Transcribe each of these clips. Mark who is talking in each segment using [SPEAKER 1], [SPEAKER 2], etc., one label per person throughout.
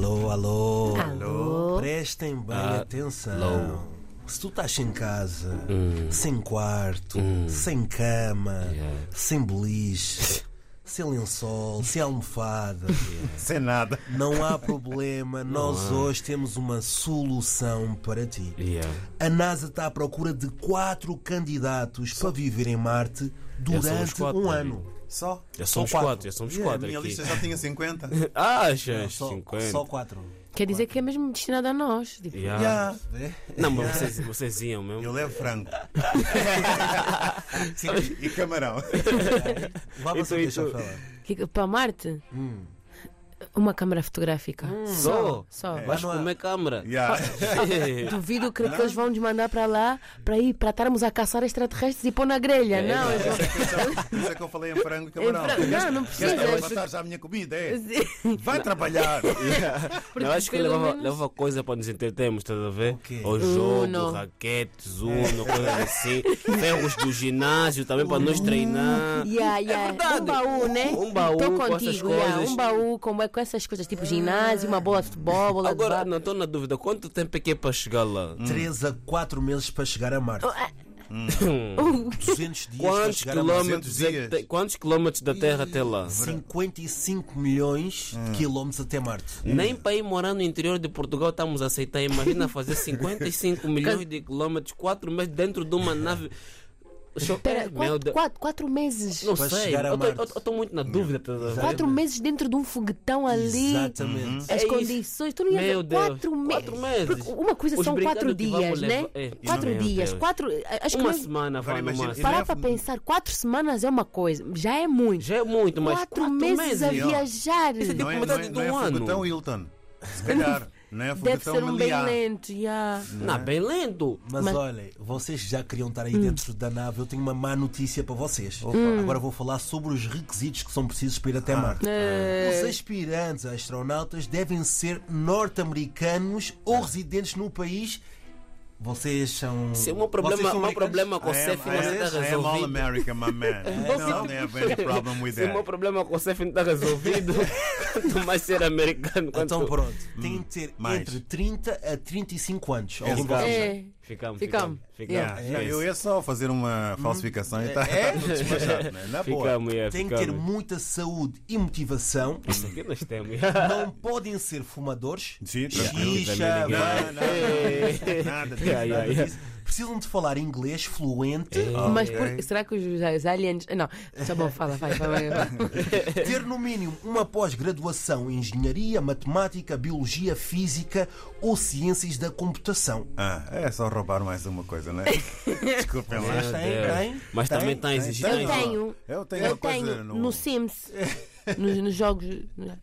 [SPEAKER 1] alô.
[SPEAKER 2] Alô.
[SPEAKER 1] Prestem bem
[SPEAKER 3] Ah,
[SPEAKER 1] atenção. Se tu estás em casa,
[SPEAKER 3] Hum.
[SPEAKER 1] sem quarto, sem cama, sem beliche, sem lençol, sem almofada,
[SPEAKER 4] Sem nada.
[SPEAKER 1] não há problema. Nós hoje temos uma solução para ti.
[SPEAKER 3] Yeah.
[SPEAKER 1] A NASA está à procura de quatro candidatos para viver em Marte durante
[SPEAKER 3] É quatro,
[SPEAKER 1] um
[SPEAKER 3] meu
[SPEAKER 1] ano.
[SPEAKER 3] amigo.
[SPEAKER 4] Só?
[SPEAKER 3] Já somos
[SPEAKER 1] quatro.
[SPEAKER 3] quatro, já somos
[SPEAKER 4] Yeah, a
[SPEAKER 3] quatro
[SPEAKER 4] minha
[SPEAKER 3] um aqui. Ah,
[SPEAKER 4] lista já tinha 50.
[SPEAKER 3] Achas?
[SPEAKER 1] Só,
[SPEAKER 3] 50.
[SPEAKER 1] só quatro.
[SPEAKER 2] Quer dizer que é mesmo destinado a nós. Tipo,
[SPEAKER 3] Yeah.
[SPEAKER 1] Yeah.
[SPEAKER 3] Ah. Não, mas vocês, vocês iam
[SPEAKER 4] Eu
[SPEAKER 3] mesmo.
[SPEAKER 4] levo frango. e camarão.
[SPEAKER 1] Vá você,
[SPEAKER 3] Então,
[SPEAKER 1] deixa eu
[SPEAKER 3] então-
[SPEAKER 1] falar.
[SPEAKER 2] que- Para Marte,
[SPEAKER 3] Hum.
[SPEAKER 2] uma câmara fotográfica.
[SPEAKER 3] Só?
[SPEAKER 2] Só.
[SPEAKER 3] Vais
[SPEAKER 1] É, Não há-
[SPEAKER 3] comer câmara.
[SPEAKER 4] Yeah.
[SPEAKER 2] Duvido que, que eles vão nos mandar para lá para ir para estarmos a caçar extraterrestres e pôr na grelha.
[SPEAKER 3] É,
[SPEAKER 2] Não, eles vão-
[SPEAKER 4] Por isso é que eu falei em frango e camarão.
[SPEAKER 2] frango. Não, não
[SPEAKER 4] Queres-
[SPEAKER 2] precisa.
[SPEAKER 4] Queres matar já a minha comida, é? Vai trabalhar.
[SPEAKER 3] Eu acho que
[SPEAKER 2] pelo
[SPEAKER 3] leva,
[SPEAKER 2] menos-
[SPEAKER 3] leva coisa para nos entretermos, estás a ver?
[SPEAKER 1] Ok.
[SPEAKER 3] O jogo,
[SPEAKER 2] Uno.
[SPEAKER 3] raquetes,
[SPEAKER 1] É.
[SPEAKER 3] uno, coisas assim. Ferros do ginásio também para nós treinar.
[SPEAKER 2] Yeah, yeah.
[SPEAKER 3] É verdade.
[SPEAKER 2] Um baú, né?
[SPEAKER 3] Um baú
[SPEAKER 2] Tô
[SPEAKER 3] com essas
[SPEAKER 2] contigo, yeah,
[SPEAKER 3] coisas.
[SPEAKER 2] um baú com, com essas coisas, tipo ginásio, uma bola de futebol, bola
[SPEAKER 3] Agora,
[SPEAKER 2] de
[SPEAKER 3] não estou na dúvida, quanto tempo é que é para chegar lá?
[SPEAKER 1] 3 a 4 meses para chegar a Marte. 200 dias para
[SPEAKER 3] Quantos
[SPEAKER 1] chegar a Marte.
[SPEAKER 3] quilómetros, é que
[SPEAKER 4] 200
[SPEAKER 3] tem- quantos quilómetros da Terra até lá?
[SPEAKER 1] 55 milhões de quilómetros até Marte.
[SPEAKER 3] Nem para ir morar no interior de Portugal estamos a aceitar. Imagina fazer 55 milhões de quilómetros, 4 meses dentro de uma nave. Só-
[SPEAKER 2] Pera,
[SPEAKER 3] Meu
[SPEAKER 2] quatro,
[SPEAKER 3] Deus.
[SPEAKER 2] quatro, quatro meses.
[SPEAKER 3] Não
[SPEAKER 1] Para
[SPEAKER 3] sei, né?
[SPEAKER 1] chegar a Marte.
[SPEAKER 3] eu estou muito na dúvida. tá estás a ver?
[SPEAKER 2] Quatro meses dentro de um foguetão ali.
[SPEAKER 1] Exatamente.
[SPEAKER 3] É
[SPEAKER 2] As
[SPEAKER 3] isso.
[SPEAKER 2] condições, tu não ia
[SPEAKER 3] Meu
[SPEAKER 2] ver
[SPEAKER 3] Deus,
[SPEAKER 2] quatro, me-
[SPEAKER 3] quatro meses.
[SPEAKER 2] Porque Uma coisa
[SPEAKER 3] Os
[SPEAKER 2] são quatro
[SPEAKER 3] brigados que vamos
[SPEAKER 2] dias, né?
[SPEAKER 3] levar- é.
[SPEAKER 2] Quatro
[SPEAKER 3] Meu
[SPEAKER 2] dias,
[SPEAKER 3] Deus.
[SPEAKER 2] quatro. Acho
[SPEAKER 3] Uma
[SPEAKER 2] que
[SPEAKER 3] semana,
[SPEAKER 4] Agora
[SPEAKER 3] vai no
[SPEAKER 4] imagina-
[SPEAKER 3] máximo.
[SPEAKER 2] parar
[SPEAKER 4] Não é-
[SPEAKER 2] para pensar, quatro semanas é uma coisa, já é muito.
[SPEAKER 3] Já é muito, mas
[SPEAKER 2] quatro, meses, a
[SPEAKER 4] ó.
[SPEAKER 2] viajar.
[SPEAKER 3] Isso é tipo
[SPEAKER 4] Não é, não
[SPEAKER 3] metade
[SPEAKER 4] é,
[SPEAKER 3] de
[SPEAKER 4] não é
[SPEAKER 3] um ano.
[SPEAKER 4] foguetão Hilton. Se calhar. Não é Ah,
[SPEAKER 2] Deve
[SPEAKER 4] foguetão
[SPEAKER 2] ser um bem
[SPEAKER 4] Meliá.
[SPEAKER 2] lento, yeah.
[SPEAKER 3] Não, bem lento.
[SPEAKER 1] Mas,
[SPEAKER 2] Mas-
[SPEAKER 1] olhem, vocês já queriam estar aí dentro da nave. Eu tenho uma má notícia para vocês. Agora vou falar sobre os requisitos que são precisos para ir até Marte.
[SPEAKER 2] né?
[SPEAKER 1] Os aspirantes a astronautas devem ser norte-americanos ou residentes no país. Vocês são.
[SPEAKER 3] Se o
[SPEAKER 1] Vocês
[SPEAKER 3] meu é um
[SPEAKER 1] são
[SPEAKER 3] problema, o meu
[SPEAKER 1] americanos?
[SPEAKER 3] problema com o
[SPEAKER 4] I am,
[SPEAKER 3] CEF
[SPEAKER 4] I,
[SPEAKER 3] não está
[SPEAKER 4] am, I am all
[SPEAKER 3] resolvido.
[SPEAKER 4] American, my man. I don't have any é problem with
[SPEAKER 3] Se é o meu
[SPEAKER 4] that.
[SPEAKER 3] problema com o CEF não está resolvido, quanto mais ser americano, quanto
[SPEAKER 1] Então pronto, tem de ter
[SPEAKER 4] hum, mais.
[SPEAKER 1] entre 30 a 35 anos.
[SPEAKER 4] Exato.
[SPEAKER 1] Algum valor.
[SPEAKER 2] É.
[SPEAKER 3] Ficamos,
[SPEAKER 2] Ficamos.
[SPEAKER 3] ficamos.
[SPEAKER 2] Yeah.
[SPEAKER 3] Ficamos,
[SPEAKER 4] Ah, Eu ia só fazer uma falsificação e está tudo despachado, né? Na boa.
[SPEAKER 3] ficamos, yeah,
[SPEAKER 1] Tem que ter
[SPEAKER 3] ficamos.
[SPEAKER 1] muita saúde e motivação.
[SPEAKER 3] Isso aqui nós temos.
[SPEAKER 1] Não podem ser fumadores.
[SPEAKER 4] Sim, tranquilo.
[SPEAKER 1] Xixa, vai-
[SPEAKER 4] Não, não, nada disso.
[SPEAKER 3] Yeah, yeah, yeah.
[SPEAKER 1] Precisam de falar inglês fluente,
[SPEAKER 2] Mas por- será que os, os aliens. Não, tá bom, fala, vai, vai, vai. vai.
[SPEAKER 4] É.
[SPEAKER 1] ter no mínimo uma pós-graduação em engenharia, matemática, biologia, física ou ciências da computação.
[SPEAKER 4] Ah, é só roubar mais uma coisa, né? Desculpem lá.
[SPEAKER 3] Meu
[SPEAKER 1] Tem,
[SPEAKER 3] Deus.
[SPEAKER 1] tem,
[SPEAKER 3] Mas
[SPEAKER 1] tem,
[SPEAKER 3] também tá
[SPEAKER 1] tem,
[SPEAKER 3] está
[SPEAKER 2] Eu
[SPEAKER 3] existente.
[SPEAKER 2] tenho.
[SPEAKER 4] Eu tenho
[SPEAKER 2] Eu
[SPEAKER 4] uma coisa
[SPEAKER 2] tenho
[SPEAKER 4] no-
[SPEAKER 2] no Sims, nos, nos jogos. né?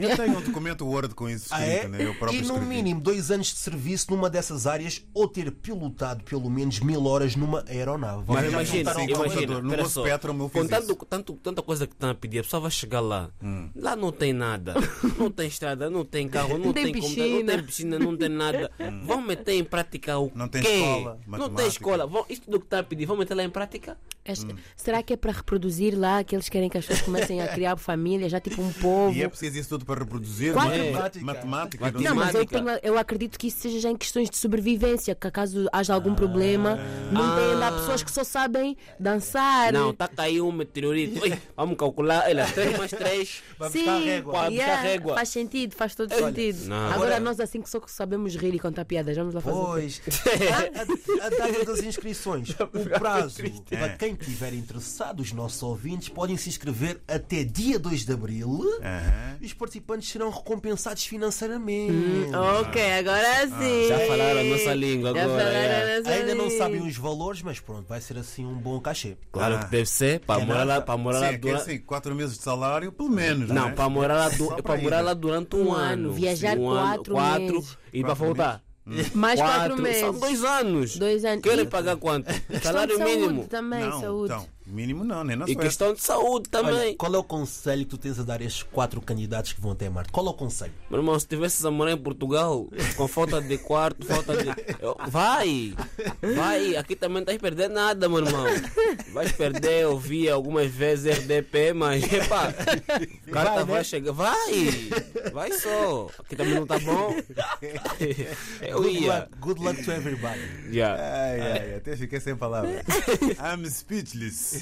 [SPEAKER 4] Eu tenho um documento Word com isso
[SPEAKER 1] Ah,
[SPEAKER 4] escrito,
[SPEAKER 1] é?
[SPEAKER 4] né? Eu próprio
[SPEAKER 1] E no
[SPEAKER 4] escrevi.
[SPEAKER 1] mínimo dois anos de serviço numa dessas áreas ou ter pilotado pelo menos mil horas numa aeronave.
[SPEAKER 3] Mas
[SPEAKER 1] Vocês já
[SPEAKER 3] imagina,
[SPEAKER 4] juntaram um
[SPEAKER 3] imagina,
[SPEAKER 4] computador, no
[SPEAKER 3] pera
[SPEAKER 4] meu
[SPEAKER 3] só,
[SPEAKER 4] Spectrum eu fiz
[SPEAKER 3] com tanto,
[SPEAKER 4] isso. Hum.
[SPEAKER 3] tanto- tanta coisa que estão a pedir, a pessoa vai chegar lá. Lá não tem nada. Não tem estrada, não tem carro, não,
[SPEAKER 2] Não tem
[SPEAKER 3] computador, não
[SPEAKER 2] piscina.
[SPEAKER 3] tem piscina, não tem nada. Vão meter em prática o
[SPEAKER 4] Hum. Não tem
[SPEAKER 3] quê?
[SPEAKER 4] escola,
[SPEAKER 3] Não
[SPEAKER 4] matemática.
[SPEAKER 3] tem escola. Vão, isto do que está a pedir, vão meter lá em prática?
[SPEAKER 2] Acho-
[SPEAKER 3] Hum.
[SPEAKER 2] Será que é para reproduzir lá que eles querem que as pessoas comecem a criar família, já tipo um povo?
[SPEAKER 4] E é preciso isso tudo para reproduzir?
[SPEAKER 2] Quatro-
[SPEAKER 4] né?
[SPEAKER 1] Matemática.
[SPEAKER 4] Matemática.
[SPEAKER 3] Matemática.
[SPEAKER 2] Não, mas eu,
[SPEAKER 3] Dinâmica.
[SPEAKER 2] tenho- eu acredito que isso seja já em questões de sobrevivência, que caso haja algum problema, não tem lá pessoas que só sabem dançar.
[SPEAKER 3] Ah. Não, está a cair um meteorito. Ui, vamos calcular. Olha, 3 mais 3.
[SPEAKER 1] Vai
[SPEAKER 2] Sim,
[SPEAKER 1] buscar régua.
[SPEAKER 3] Vai buscar
[SPEAKER 2] yeah,
[SPEAKER 3] régua.
[SPEAKER 2] faz sentido, faz todo sentido.
[SPEAKER 3] não.
[SPEAKER 2] Agora nós assim que só sabemos rir e contar piadas, vamos lá fazer. o quê?
[SPEAKER 1] Pois,
[SPEAKER 3] É.
[SPEAKER 1] a, a- a data das inscrições. O prazo
[SPEAKER 3] É.
[SPEAKER 1] para quem tiver interessado, os nossos ouvintes, podem se inscrever até dia 2 de abril
[SPEAKER 3] É.
[SPEAKER 4] Aham. é
[SPEAKER 1] e os participantes serão recompensados financeiramente.
[SPEAKER 3] Hum,
[SPEAKER 2] Ok, agora sim.
[SPEAKER 3] Ah. Já falaram a nossa língua
[SPEAKER 2] Já
[SPEAKER 3] agora,
[SPEAKER 2] falaram
[SPEAKER 3] é.
[SPEAKER 2] a nossa
[SPEAKER 1] Ainda não
[SPEAKER 2] língua.
[SPEAKER 1] sabem os valores, mas pronto, vai ser assim um bom cachê.
[SPEAKER 3] Claro que deve ser, para morar lá, para morar
[SPEAKER 4] Ah. Sim,
[SPEAKER 3] lá
[SPEAKER 4] é que é
[SPEAKER 3] durante.
[SPEAKER 4] assim, quatro meses de salário, pelo menos.
[SPEAKER 3] Não,
[SPEAKER 4] né?
[SPEAKER 3] para morar lá,
[SPEAKER 4] Só
[SPEAKER 3] du...
[SPEAKER 4] para
[SPEAKER 3] para
[SPEAKER 4] ir,
[SPEAKER 3] morar
[SPEAKER 4] né?
[SPEAKER 3] lá durante um,
[SPEAKER 2] Um
[SPEAKER 3] ano.
[SPEAKER 2] ano, viajar
[SPEAKER 3] um ano,
[SPEAKER 2] quatro
[SPEAKER 3] quatro
[SPEAKER 2] meses.
[SPEAKER 3] e para
[SPEAKER 4] Quatro
[SPEAKER 3] voltar.
[SPEAKER 2] Mais quatro, meses.
[SPEAKER 3] São dois anos.
[SPEAKER 2] Dois anos.
[SPEAKER 3] Querem
[SPEAKER 2] E-
[SPEAKER 3] pagar quanto?
[SPEAKER 2] Questão de
[SPEAKER 3] Salário
[SPEAKER 2] saúde tá?
[SPEAKER 3] mínimo.
[SPEAKER 2] também,
[SPEAKER 4] Não,
[SPEAKER 2] saúde.
[SPEAKER 4] então, Mínimo não, nem na
[SPEAKER 3] E
[SPEAKER 4] Suécia.
[SPEAKER 3] questão de saúde
[SPEAKER 1] Olha,
[SPEAKER 3] também.
[SPEAKER 1] qual é o conselho que tu tens a dar a estes quatro candidatos que vão até Marte? Qual é o conselho?
[SPEAKER 3] Meu irmão, se tivesses a morar em Portugal, com falta de quarto, falta de. Eu- Vai! Vai! Aqui também não estás perdendo nada, meu irmão. Vais perder, eu vi algumas vezes RDP, mas epá, o carta vai, chegar. Vai! Vai só! Aqui também não tá bom. Eu
[SPEAKER 1] Good
[SPEAKER 3] ia.
[SPEAKER 1] luck, good luck to everybody.
[SPEAKER 4] É,
[SPEAKER 3] Yeah.
[SPEAKER 4] Ai, ai, até fiquei sem palavras. I'm speechless.